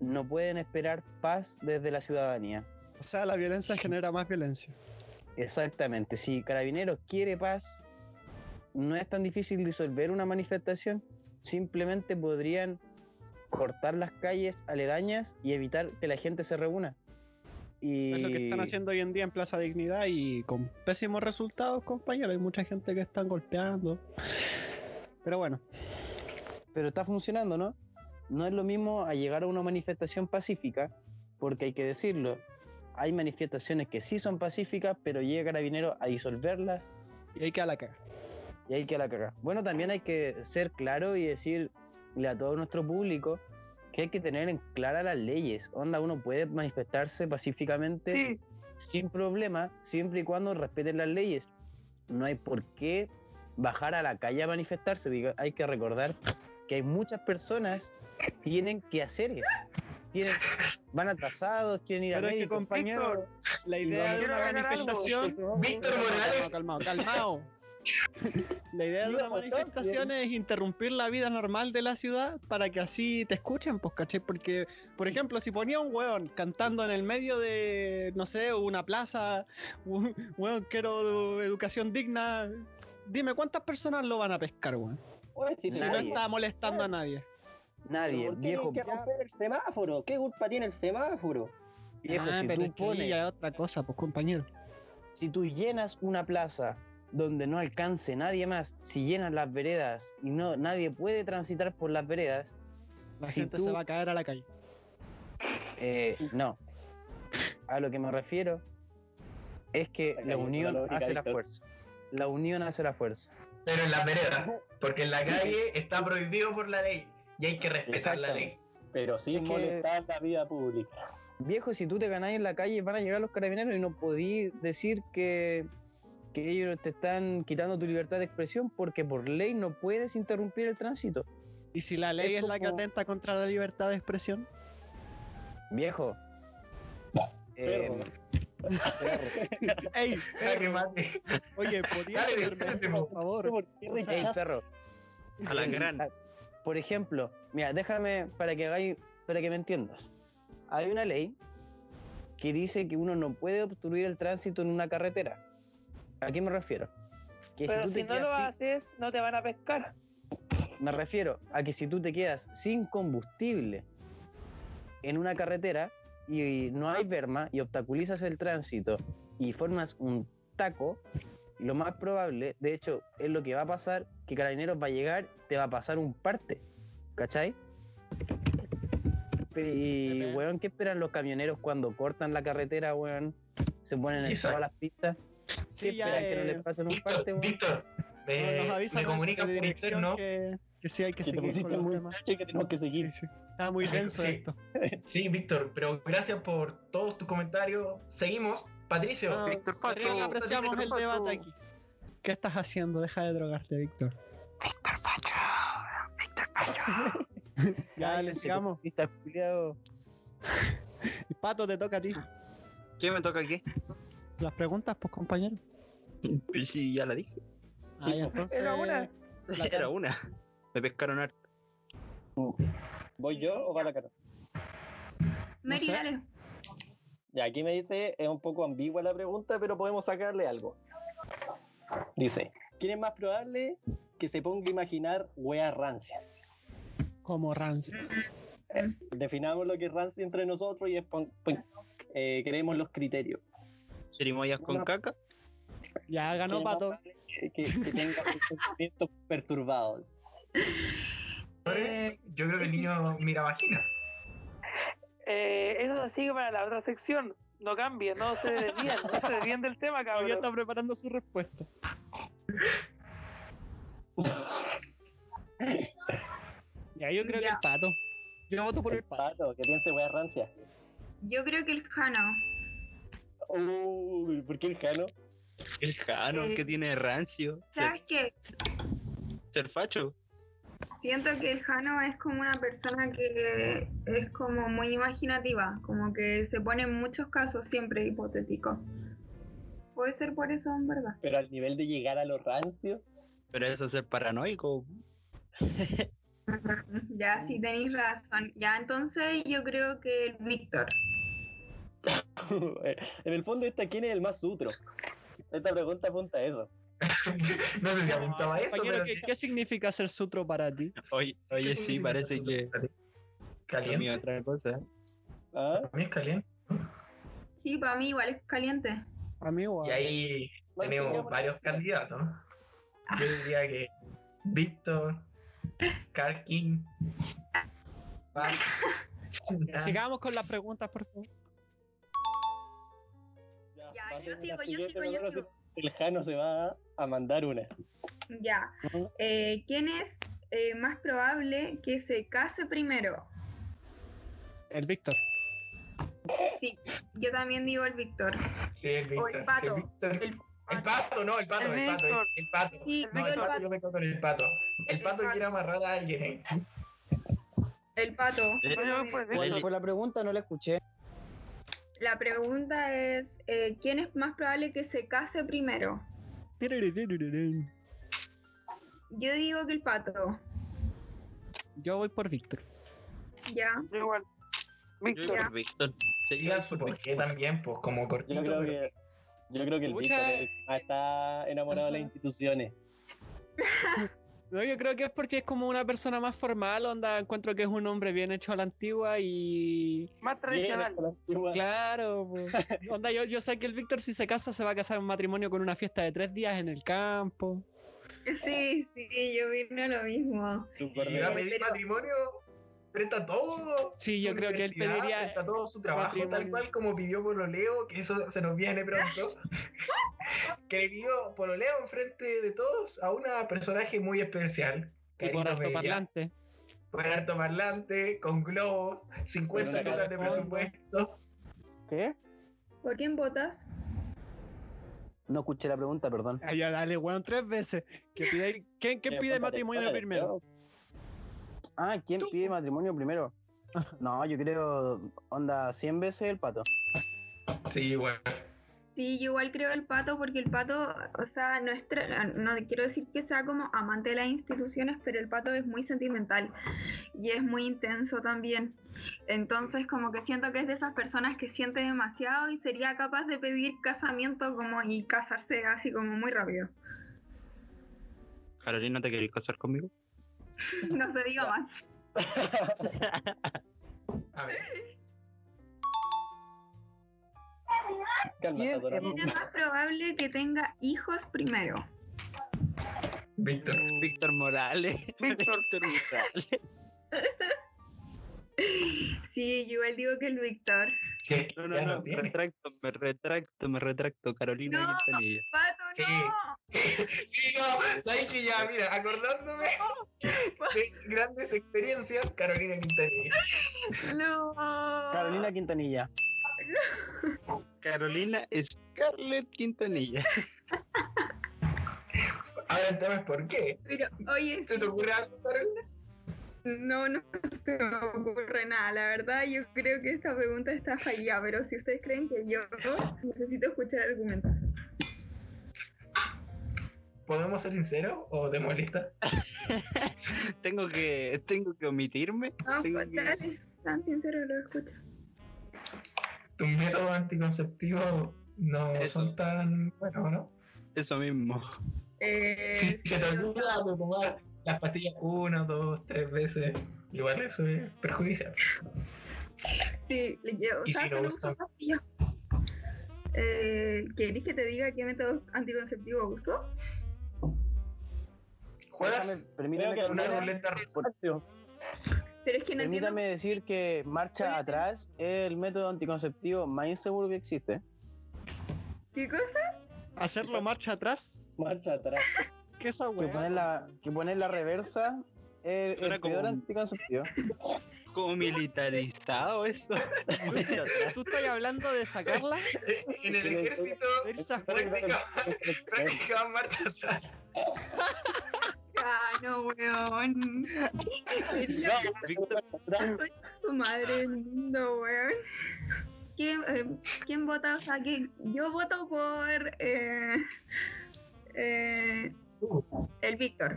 D: no pueden esperar paz desde la ciudadanía.
A: O sea, la violencia genera más violencia.
D: Exactamente, si Carabineros quiere paz, no es tan difícil disolver una manifestación, simplemente podrían cortar las calles aledañas y evitar que la gente se reúna. Y
A: Es lo que están haciendo hoy en día en Plaza Dignidad y con pésimos resultados, compañero. Hay mucha gente que están golpeando. Pero bueno,
D: pero está funcionando, ¿no? No es lo mismo a llegar a una manifestación pacífica, porque hay que decirlo, hay manifestaciones que sí son pacíficas, pero llega Carabineros a disolverlas
A: y hay que a la caga.
D: y hay que a la cagar. Bueno, también hay que ser claro y decirle a todo nuestro público que hay que tener en clara las leyes. Onda, uno puede manifestarse pacíficamente
I: Sí,
D: sin problema, siempre y cuando respeten las leyes. No hay por qué bajar a la calle a manifestarse. Digo, hay que recordar que hay muchas personas que tienen que hacer Tienen, van atrasados, quieren ir
A: Pero
D: a
A: es que,
D: médico.
A: compañero, la idea de
I: quiero
A: una
I: ganar algo.
A: manifestación.
E: Víctor
A: Calmao,
E: Morales.
A: Calmao, calmao. La idea de una
D: Íbamos todos
A: manifestación es interrumpir la vida normal de la ciudad para que así te escuchen, pues, caché. Porque, por ejemplo, si ponía un weón cantando en el medio de, no sé, una plaza, un- weón, quiero educación digna, dime cuántas personas lo van a pescar, weón.
C: Oye, si
A: Si no
D: Nadie.
A: está molestando a nadie.
C: ¿Pero
D: Nadie,
C: ¿Por qué
D: viejo,
C: tienen que romper el semáforo? ¿Qué culpa tiene el semáforo?
D: viejo,
A: Ah,
D: si
A: pero
D: tú
A: es que ahí
D: pones-
A: hay otra cosa, pues, compañero.
D: si tú llenas una plaza donde no alcance nadie más, si llenas las veredas y no nadie puede transitar por las veredas,
A: La
D: Si
A: gente
D: tú-
A: se va a caer a la calle.
D: Eh, no. A lo que me refiero es que
C: Está
D: la
C: cayendo la
D: unión
C: lógica,
D: hace la
C: Víctor.
D: fuerza. La unión hace la fuerza.
E: Pero en las veredas, porque en la calle está prohibido por la ley y hay que respetar la ley.
C: Pero sin
D: Es que-
C: molestar la vida pública.
D: Viejo, si tú te ganás en la calle, van a llegar los carabineros y no podís decir que, que ellos te están quitando tu libertad de expresión porque por ley no puedes interrumpir el tránsito.
A: Y si la ley es, la que
D: como-
A: atenta contra la libertad de expresión,
D: Viejo. eh,
A: ¡Ey!
E: Ah, que mate.
A: Oye, ¿podría
E: Dale,
A: hacerme,
E: decente, po.
A: por favor?
C: ¿Por qué
D: ey,
C: rechazas
D: perro.
B: A la gran.
D: Por ejemplo, mira, déjame para que hagáis, para que me entiendas. Hay una ley que dice que uno no puede obstruir el tránsito en una carretera. ¿A qué me refiero? Que
I: Pero
D: tú
I: si
D: te
I: no
D: quedas
I: lo
D: sin-
I: haces, no te van a pescar.
D: Me refiero a que si tú te quedas sin combustible en una carretera y no hay berma y obstaculizas el tránsito y formas un taco, lo más probable, de hecho, es lo que va a pasar, que Carabineros va a llegar, te va a pasar un parte. ¿Cachai? Pe- Y,
A: Depende.
D: weón, ¿qué esperan los camioneros cuando cortan la carretera, weón? Se ponen en
E: Exacto.
D: todas las pistas. ¿Qué
J: Sí, ya,
D: esperan que no
J: eh,
D: les pasen un parte,
E: Víctor,
D: weón?
E: Víctor,
J: No,
E: me,
J: nos avisan
E: me comunican
J: de
E: por
J: dirección
E: interno.
J: que, que sí hay que
D: Que te
J: seguir con
D: pusiste
J: los
D: muy
J: temas.
D: que tenemos que seguir.
J: Sí, sí. Está muy denso
E: Sí.
J: esto.
E: Sí, Víctor, pero gracias por todos tus comentarios. Seguimos. Patricio,
J: Ah,
B: Víctor Facho.
J: Gabriel, apreciamos
B: Víctor
J: el
B: Facho.
J: debate aquí. ¿Qué estás haciendo? Deja de drogarte, Víctor.
B: Víctor Facho. Víctor Facho.
J: Ya, dale,
D: Ese
J: sigamos.
D: comunista culiao.
J: Pato, te toca a ti.
B: ¿Qué me toca aquí?
J: Las preguntas, pues, compañero.
B: Pues sí, ya la dije.
J: Ah, ya, entonces.
I: Era una.
J: La
B: Era una. Me pescaron harto.
C: ¿Voy yo o va la cara?
F: Mary,
J: sé.
F: dale.
C: Ya, aquí me dice, es un poco ambigua la pregunta, pero podemos sacarle algo. Dice, ¿quién es más probable que se ponga a imaginar wea rancia?
J: Como Rance.
C: Definamos lo que es rancia entre nosotros y es pon- pon- eh, creemos los criterios.
B: Cerimoyas con
C: Una-
B: caca.
J: Ya ganó
C: ¿Quién es más
J: Ah, Pato.
C: probable Que, que- que tenga sus sentimientos perturbados.
F: Eh,
E: yo creo que el niño mira vagina.
I: Eh, eso sigue para la otra sección. No cambien, no se desvíen, no se desvíen del tema,
J: Todavía
I: cabrón.
J: está preparando su respuesta. ya, yo creo que
F: Ya.
J: el Pato. Yo voto por el Pato.
C: Pato, que piense wea rancia.
F: yo creo que el Jano.
C: Uy, ¿por qué el Jano?
B: El Jano, el que tiene rancio. Ser,
F: ¿Sabes qué?
B: ser facho.
F: Siento que el Jano es como una persona que es como muy imaginativa, como que se pone en muchos casos siempre hipotéticos. Puede ser por eso, en verdad.
C: Pero al nivel de llegar a los rancios.
B: Pero eso es ser paranoico.
F: Ya, sí, tenéis razón. Ya, entonces yo creo que el Víctor.
C: eh, en el fondo está quién es el más sutro. Esta pregunta apunta a eso.
E: No
A: Ah,
E: sé si
A: pues,
E: apuntaba a eso,
J: Compañero,
E: pero
J: ¿qué,
E: sí.
J: qué significa ser sutro para ti?
B: Oye, oye sí,
E: significa
B: parece
E: eso?
B: que.
E: Caliente.
B: Amigo, otra cosa.
C: ¿Ah?
E: Para mí es caliente.
F: Sí, para mí igual es caliente.
J: A mí, guau.
E: Y ahí tenemos
C: digamos-
E: varios candidatos. Yo diría que Víctor, Carl King, Pac,
J: Ya, Sigamos con las preguntas, por favor.
C: Ya,
F: Ya,
C: pasemos
F: yo sigo,
C: a la
F: yo
C: siguiente,
F: sigo, yo
C: no, no,
F: sigo.
C: El Jano se va a mandar una.
F: Ya. Eh, ¿Quién es eh, más probable que se case primero?
J: El Víctor.
F: Sí, yo también digo el Víctor.
E: Sí, el
F: O
E: Víctor.
F: el
E: sí,
F: pato.
E: el Víctor.
F: El
E: El pato, no, el pato,
I: El
E: el pato,
I: Víctor.
E: el pato.
F: Sí,
E: No,
F: yo
E: el
F: el
E: pato,
F: pato.
E: yo me quedo con el pato. El
F: El
E: pato
F: pato.
E: quiere amarrar a alguien.
F: El pato.
B: Eh,
I: Yo voy por
E: pues.
I: el
B: Leli.
D: ¿Cuál fue la pregunta? No la escuché.
F: La pregunta es, eh, ¿quién es más probable que se case primero? Yo digo que el pato.
J: Yo voy por Víctor.
F: Ya.
I: Yo igual.
B: Yo
I: Víctor.
B: iba por Víctor. Sí, yo
E: Diga
B: iba
E: su
B: por
E: porqué
B: Víctor.
E: también, pues como cortito.
C: Yo creo
E: pero-
C: que, yo creo que el
A: Pucha.
C: Víctor es el que más está enamorado de las
A: Ajá.
C: instituciones.
A: No, yo creo que es porque es como una persona más formal, onda, encuentro que es un hombre bien hecho a la antigua y...
I: Más
C: Bien,
I: tradicional.
C: hasta la antigua.
A: Claro, po. onda, yo, yo sé que el Víctor si se casa se va a casar en un matrimonio con una fiesta de tres días en el campo.
F: Sí, sí, yo vino lo mismo.
C: Su
E: Y va a
C: cordero.
E: pedir
F: Pero-
E: matrimonio frente a todo.
A: Sí, yo
E: su
A: creo que él
E: universidad,
A: pediría-
E: frente a todo su trabajo, tal
A: matrimonio.
E: cual como pidió Pololeo, que eso se nos viene pronto. que le pidió Pololeo enfrente de todos a una personaje muy especial.
A: Y por
E: Karina
A: harto
E: Media.
A: parlante.
E: Por harto parlante, con globos, 50
C: Con una
E: lucas de
C: cara de
E: presupuesto.
D: ¿Qué?
F: ¿Por quién votas?
D: No escuché la pregunta, perdón.
J: Ah, ya, dale, weón, tres veces. ¿Qué pide, ¿quién, quién
C: Mira,
J: pide
C: ponte
J: matrimonio
C: atención,
J: primero?
D: Ah, ¿quién pide matrimonio primero? No, yo creo, onda, 100 veces el pato.
E: Sí, bueno.
F: Sí, yo igual creo el pato porque el pato, o sea, no, es tra- ah, no quiero decir que sea como amante de las instituciones, pero el pato es muy sentimental y es muy intenso también. Entonces, como que siento que es de esas personas que siente demasiado y sería capaz de pedir casamiento como y casarse así como muy rápido.
B: Carolina, ¿te querés casar conmigo?
F: No se diga más.
E: A ver,
K: Calma,
C: ¿Quién
K: Satoraku.
F: Es más probable que tenga hijos primero.
E: Víctor.
B: Víctor Morales.
L: Víctor.
B: Morales.
F: Sí, yo igual digo que el Víctor.
E: Sí,
B: No, no,
E: ya
B: no,
E: no
B: me
E: tiene.
B: retracto, me retracto, me retracto. Carolina
F: No.
B: Quintanilla.
F: Pato,
E: Sí.
F: no.
E: Sí, no, sabes que ya, mira, acordándome de grandes experiencias, Carolina Quintanilla.
F: No.
C: Carolina Quintanilla.
B: Carolina Scarlett Quintanilla.
E: Ahora el tema es por qué.
F: Pero, oye,
E: ¿Se te ocurre algo, Carolina?
F: No, no se me ocurre nada. La verdad, yo creo que esta pregunta está fallada, pero si ustedes creen que yo necesito escuchar argumentos.
E: ¿Podemos ser sinceros o de molesta?
B: Tengo que, tengo que omitirme.
F: No,
B: Tengo
F: pues,
B: que-
F: dale, sean sinceros, lo escucho.
E: Tus métodos anticonceptivos no
B: Eso.
E: son tan buenos, ¿no?
B: Eso mismo.
E: Si
F: Eh,
E: se te olvida de tomar las pastillas una, dos, tres veces, igual eso es perjudicial.
F: sí, le llevo.
E: ¿Y
F: o sea,
E: si no
F: solo
E: usan?
F: uso pastillas. Eh, ¿Querés que te diga qué método anticonceptivo uso?
C: Déjame-
E: ¿Juegas
C: permítame,
K: Creo que
E: una
C: Carolina,
E: ruleta rusa?
F: Pero es que no
C: permítame
F: entiendo.
C: decir que marcha
F: Oye.
C: atrás es el método anticonceptivo más inseguro que existe.
F: ¿Qué cosa?
A: Hacerlo marcha atrás.
K: Marcha atrás.
A: ¿Qué esa
C: Que poner
A: weá?
C: la, que poner la reversa es
B: Suena
C: el
B: como
C: peor
B: un-
C: anticonceptivo.
B: Como militarizado eso.
A: ¿Tú estás hablando de sacarla?
E: En el ejército
A: De irse a-
E: practicaban practicaban marcha atrás.
F: Ah, no, weón. Sería
B: Víctor,
F: Soy su madre del mundo, weón. ¿Quién, eh, quién vota? O sea, que yo voto por eh, eh, el Víctor.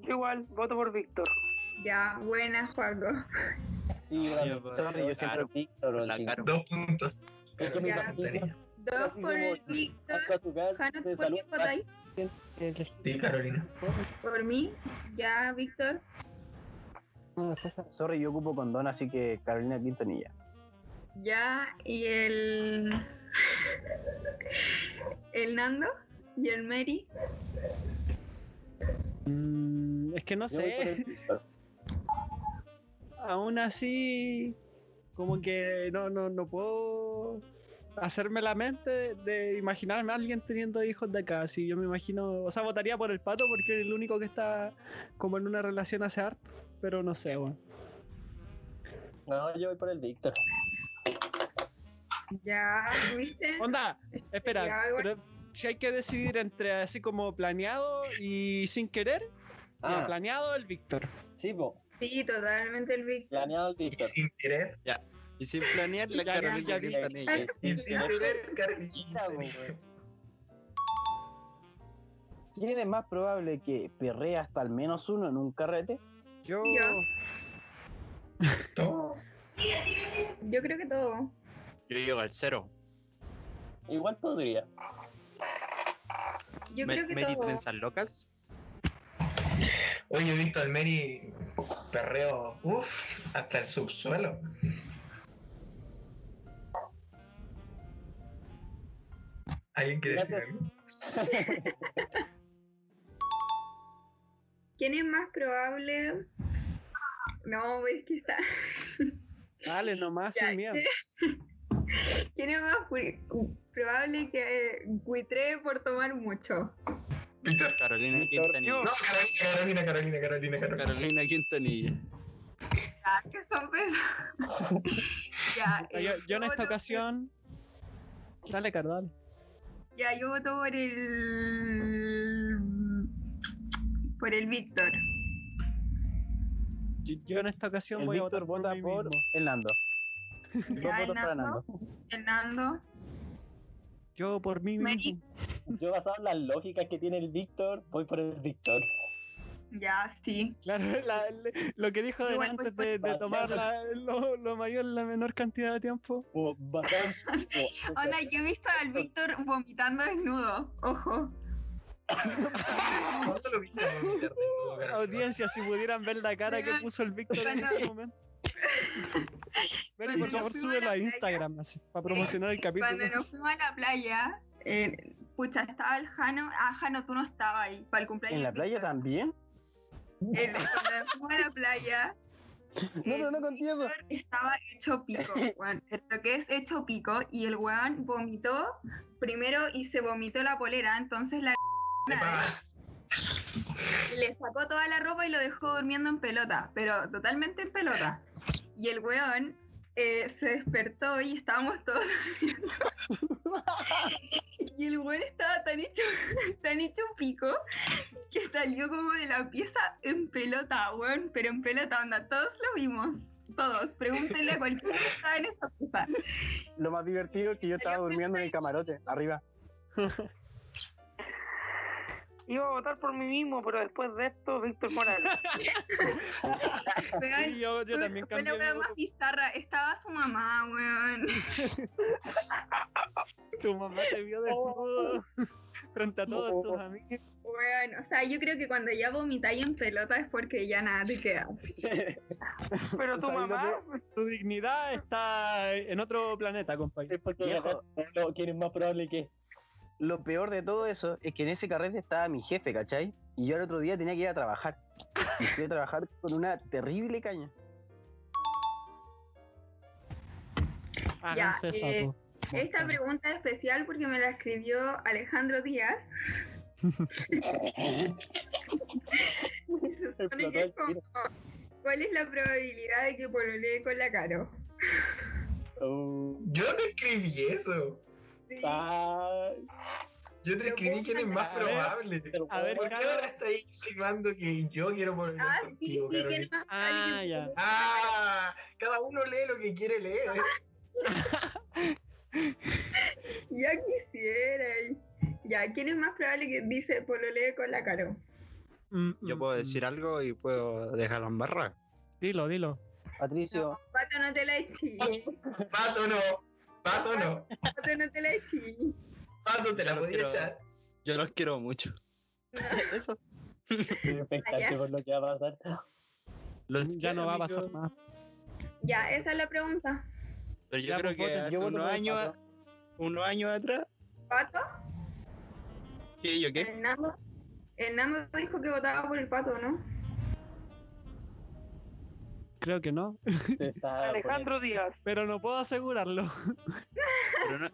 L: Yo igual, voto por Víctor.
F: Ya, buena, Juanjo.
C: Sí,
B: Ay,
C: bueno,
B: papá.
C: sorry, yo siempre
B: Claro.
C: Víctor.
B: la
C: sí.
B: Caro.
E: Dos puntos.
K: Es que me
F: Ya.
E: Quintanilla.
F: Dos
C: Así
F: por el
C: como-
F: Víctor.
C: Marco Azucar,
F: Jano,
C: te
F: ¿tú ¿por
C: saluda.
F: qué votáis?
E: Sí, Carolina.
F: Por mí. Ya, Víctor.
C: Sorry, yo ocupo condón, así que Carolina Quintanilla.
F: Ya, y el. El Nando y el Mary.
A: Mm, es que no
C: Yo voy por
A: sé.
C: el Víctor.
A: Aún así, como que no, no, no puedo hacerme la mente de, de imaginarme a alguien teniendo hijos de acá. Si yo me imagino, o sea, votaría por el pato porque es el único que está como en una relación hace harto, pero no sé, weón.
C: No, yo voy por el Víctor.
F: Ya, ¿viste?
A: Onda, espera,
F: Ya, igual.
A: pero si hay que decidir entre así como planeado y sin querer, ya,
C: Ah,
A: planeado el Víctor.
C: sí, po,
F: Sí, totalmente el Víctor.
C: planeado el
E: Y
C: Víctor.
E: sin querer,
B: Y sin planear
A: Ya,
B: la
A: ya,
B: Carolina
A: ya vi.
B: Quintanilla.
E: y
C: Sí,
E: sin
C: sí.
E: querer, Carolina.
C: ¿Quién es más probable que perree hasta al menos uno en un carrete?
A: Yo,
F: Ya.
E: Todo.
F: Yo creo que todo.
B: Yo llego al cero.
C: Igual podría.
F: Yo
B: Me-
F: creo que
B: Mérito
F: todo.
B: en San Locas.
E: Oye, he visto al Mary perreo, uff, hasta el subsuelo. ¿Alguien quiere decir algo?
F: ¿Quién es más probable? No, es que está.
A: dale nomás
F: Ya,
A: sin miedo.
F: ¿Quién es más pu- probable que buitree por tomar mucho?
E: Víctor.
B: Carolina Quintanilla.
E: No, Carolina, Carolina, Carolina, Carolina.
B: Carolina Quintanilla.
F: Ah, que son personas. ya,
A: Yo,
F: eh,
A: yo en
F: voto
A: esta
F: por-
A: ocasión. Dale, Cardal.
F: Ya, yo voto por el. Por el Víctor.
A: Yo, yo en esta ocasión
C: El
A: voy a
C: Víctor
A: votar por mí
C: vota por
A: mismo.
C: el Nando. Dos
F: Ya,
C: votos para Nando.
F: Hernando. Hernando.
A: Yo por mí
F: Meri.
A: mismo.
C: Yo basado en las lógicas que tiene el Víctor, voy por el Víctor.
F: Ya, sí.
A: Claro, la- le- lo que dijo
F: Igual
A: él
F: voy
A: antes
F: por
A: de, de
C: Pablo.
A: tomar la- lo, lo mayor, la menor cantidad de tiempo.
C: O basado en- o- o-
F: Hola, yo he visto al Víctor vomitando desnudo. Ojo.
E: ¿Cuándo lo viste vomitar desnudo, Carlos?
A: Audiencia, si pudieran ver la cara que
F: Oigan,
A: puso el Víctor en
F: bueno.
A: ese momento. Mary, por
F: Cuando
A: favor,
F: nos fuimos a
A: súbelo
F: la
A: a
F: playa.
A: Instagram así, para promocionar el capítulo.
F: Cuando nos fuimos a la playa, eh, pucha, estaba el Jano. Ah, Jano, tú no estabas ahí para el cumpleaños.
D: ¿En la
F: de
D: playa
F: Víctor.
D: también?
F: El- cuando nos fuimos a la playa.
D: No,
F: el
D: pero no conté eso.
F: Víctor Estaba hecho pico, weón. Lo que es hecho pico. Y el weón vomitó primero y se vomitó la polera. Entonces la
E: Epa,
F: le sacó toda la ropa y lo dejó durmiendo en pelota, pero totalmente en pelota. Y el weón eh, se despertó y estábamos todos durmiendo. Y el weón estaba tan hecho, tan hecho un pico que salió como de la pieza en pelota, weón, pero en pelota, onda, todos lo vimos. Todos, pregúntenle a cualquiera que estaba en esa pieza.
D: Lo más divertido es que yo estaba durmiendo en el camarote, arriba.
I: Iba a votar por mí mismo, pero después de esto, Víctor Morales.
F: Weón,
A: Sí, yo, yo
F: fue-
A: también
F: fue
A: cambié
F: la
A: mi
F: weá
A: voto.
F: más bizarra. Estaba su mamá, weón.
A: Tu mamá te vio
F: Oh.
A: desnudo frente a
C: Oh.
A: todos tus amigos.
F: Bueno, o sea, yo creo que cuando ya vomitáis en pelota es porque ya nada te queda.
I: Pero tu
D: ¿Sabes lo
I: mamá,
A: Tu dignidad está en otro planeta, compañero.
C: Es porque
D: Viejo.
C: no, ¿quién es más probable que
D: Lo peor de todo eso es que en ese carrete estaba mi jefe, ¿cachai? Y yo al otro día tenía que ir a trabajar. Y fui a trabajar con una terrible caña.
A: Háganse
F: eh,
A: sapo.
F: Esta pregunta es especial porque me la escribió Alejandro Díaz. Se supone que es como, ¿Cuál es la probabilidad de que pololee con la caro?
C: Oh,
E: Yo te escribí eso.
F: Sí,
C: ah,
E: Yo te escribí quién es más
A: A ver,
E: probable.
C: pero
A: A ver,
E: ¿Por qué
A: Jano.
E: ahora estáis insinuando que yo quiero poner
F: Ah, sí,
E: contigo,
F: sí, que
E: Carolina?
F: es más
A: Ah,
F: probable que-
A: ya.
E: Ah, cada uno lee lo que quiere leer.
F: Ah. Ya quisiera. y- Ya, ¿quién es más probable que dice pololee con la caro?
A: Mm,
B: Yo puedo decir algo y puedo dejarlo en barra.
A: Dilo, dilo.
D: Patricio,
F: Pato, no te la eché.
E: Pato no, pato no,
F: Pato, no te la eché.
E: pato te la
B: Yo
E: podía
B: quiero-
E: echar.
B: Yo los quiero mucho. Eso.
C: estoy expectante por lo que va a pasar.
B: Los
A: Ya
B: quiero,
A: no va a
B: amigos.
A: pasar más.
F: Ya, esa es la pregunta.
B: Pero yo
A: Ya,
B: creo
A: pues,
B: que
A: voten.
B: hace
A: Yo voto
B: unos
A: por
B: años,
A: Pato.
B: unos años atrás,
F: ¿Pato?
B: ¿qué yo qué?
F: El Nando, el Nando dijo que votaba por el pato, ¿no?
A: Creo que no.
C: Se está
I: Alejandro Díaz.
A: Pero no puedo asegurarlo.
B: Pero no,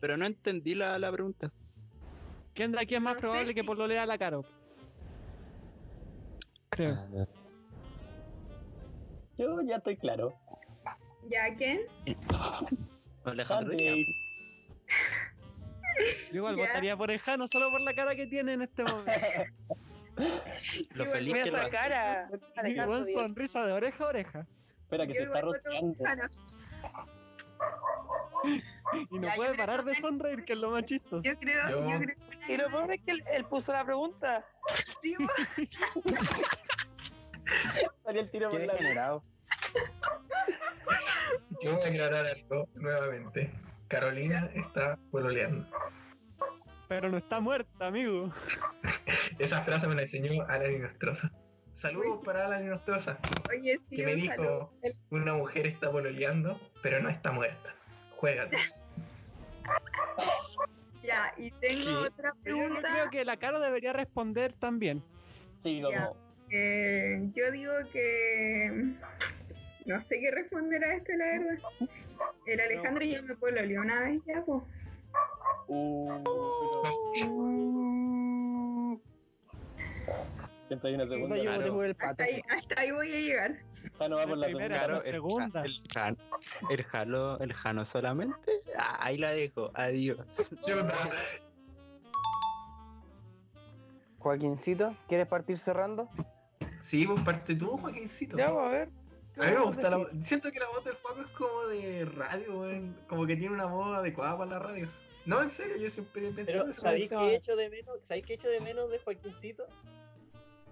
B: pero no entendí la, la pregunta.
A: ¿Quién de aquí es más
F: No sé.
A: probable que pololea la caro? Creo.
C: poniendo- Yo ya estoy claro.
F: ¿Ya quién?
B: Alejandro, ya.
C: Andy,
A: Yo igual
F: Ya.
A: votaría por el Jano solo por la cara que tiene en este momento.
B: lo
F: Igual
B: feliz
I: Mira
B: que lo
I: esa
B: hace.
I: cara.
A: Y
I: Alejandro
A: buen
I: Díaz.
A: sonrisa de oreja a oreja.
C: Espera que
F: Yo
C: se está
F: igual voto por
C: roteando.
F: Jano.
A: Y no
F: Ya, yo
A: puede
F: creo
A: parar de
F: que-
A: sonreír, que es lo más chistoso.
F: Yo creo, yo,
E: Yo-
F: creo
I: Y lo peor es que él, él puso la pregunta.
F: que sí, vos.
C: Salió el tiro
D: qué
C: por la
D: degenerado.
E: Yo voy a aclarar algo nuevamente. Carolina está pololeando.
A: Pero no está muerta, amigo.
E: Esa frase me la enseñó Alan Nostrosa. Saludos para Alan Nostrosa,
F: Oye, sí,
E: que me
F: un
E: dijo,
F: saludo.
E: una mujer está pololeando, pero no está muerta. Juégate.
F: Ya, y tengo otra
A: Yo
F: pregunta.
A: creo que la caro debería responder también.
C: Sí, como.
F: Ya. Eh, yo digo que. No sé qué responder a esto, la verdad. El Alejandro ya me pololeó una vez, ya, pues.
C: Uh, siempre hay una segunda.
D: Yo voté
B: Claro.
D: por el
F: Hasta
D: pato.
F: ahí, hasta ahí voy a llegar.
C: Ya no va por la
A: Primera.
C: segunda.
A: Claro,
B: Jaro,
A: la segunda.
B: El, Ja- el, Jan- el Jalo, el Jano solamente. Ah, ahí la dejo. Adiós.
E: Chuta.
D: Joaquincito, ¿quieres partir cerrando?
E: Sí, vos parte tú, Joaquincito.
I: Ya, pues, a ver.
E: A mí me gusta la Siento que la voz del Paco es como de radio, weón. Como que tiene una voz adecuada para la radio. No, en serio, yo siempre he pensado
C: Pero
E: eso.
C: ¿sabéis
M: Gonzalo.
C: qué echo de menos? ¿Sabéis qué echo de menos de Joaquincito?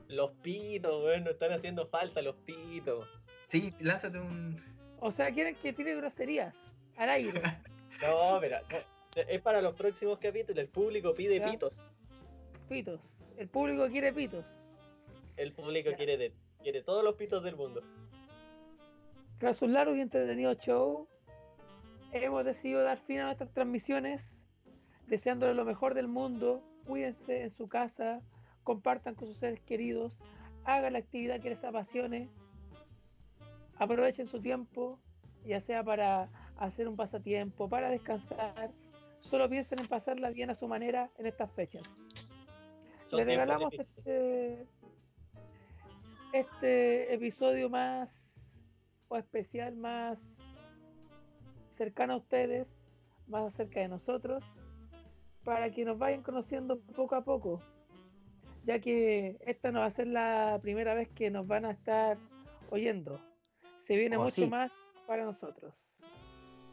C: Los pitos, weón, nos están haciendo falta los pitos.
E: Sí, lánzate un.
I: O sea, quieren que tire groserías al aire.
C: No, pero no, es para los próximos capítulos. El público pide
I: Ya.
C: pitos.
I: Pitos. El público quiere pitos.
C: El público
I: Ya.
C: quiere de, quiere todos los pitos del mundo.
I: Tras un largo y entretenido show, hemos decidido dar fin a nuestras transmisiones, deseándoles lo mejor del mundo. Cuídense en su casa, compartan con sus seres queridos, hagan la actividad que les apasione, aprovechen su tiempo, ya sea para hacer un pasatiempo, para descansar. Solo piensen en pasarla bien a su manera en estas fechas.
C: Son tiempos
I: Le regalamos
C: difíciles.
I: este, este episodio más o especial, más cercano a ustedes, más cerca de nosotros, para que nos vayan conociendo poco a poco, ya que esta no va a ser la primera vez que nos van a estar oyendo. Se viene
D: Oh,
I: mucho
D: sí.
I: más para nosotros.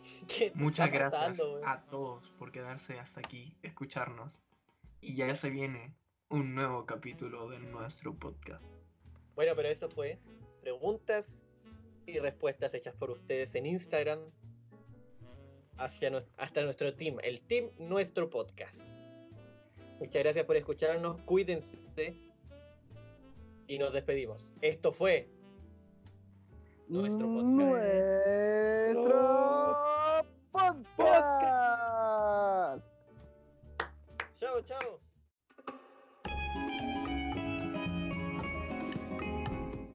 C: ¿Qué está
E: Muchas gracias Ah.
C: pasando, weón?
E: a todos por quedarse hasta aquí, escucharnos. Y ya se viene un nuevo capítulo de nuestro podcast.
C: Bueno, pero eso fue preguntas y respuestas hechas por ustedes en Instagram hacia nues- hasta nuestro team, el team Nuestro Podcast. Muchas gracias por escucharnos, cuídense y nos despedimos. Esto fue Nuestro Podcast.
D: Nuestro podcast.
C: Chao, chao.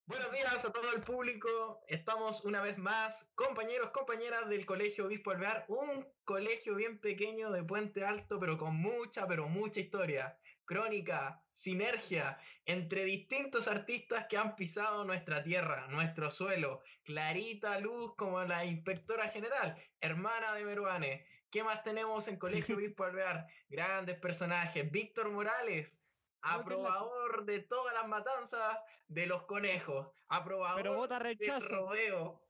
E: Buenos días a todo el público. Estamos una vez más, compañeros, compañeras del Colegio Obispo Alvear, un colegio bien pequeño de Puente Alto, pero con mucha, pero mucha historia, crónica, sinergia entre distintos artistas que han pisado nuestra tierra, nuestro suelo. Clarita Luz como la inspectora general, hermana de Meruane. ¿Qué más tenemos en Colegio Obispo Alvear? Grandes personajes. Víctor Morales, aprobador de todas las matanzas de los conejos, aprobador
A: Pero vota
E: de
A: rechazo.
E: rodeo.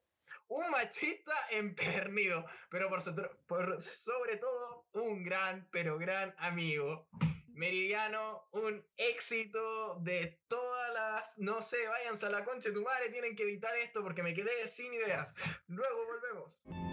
E: Un machista empernido, pero por, sotro- por sobre todo un gran, pero gran amigo. Meridiano, un éxito de todas las. No sé, váyanse a la concha de tu madre, tienen que editar esto porque me quedé sin ideas. Luego volvemos.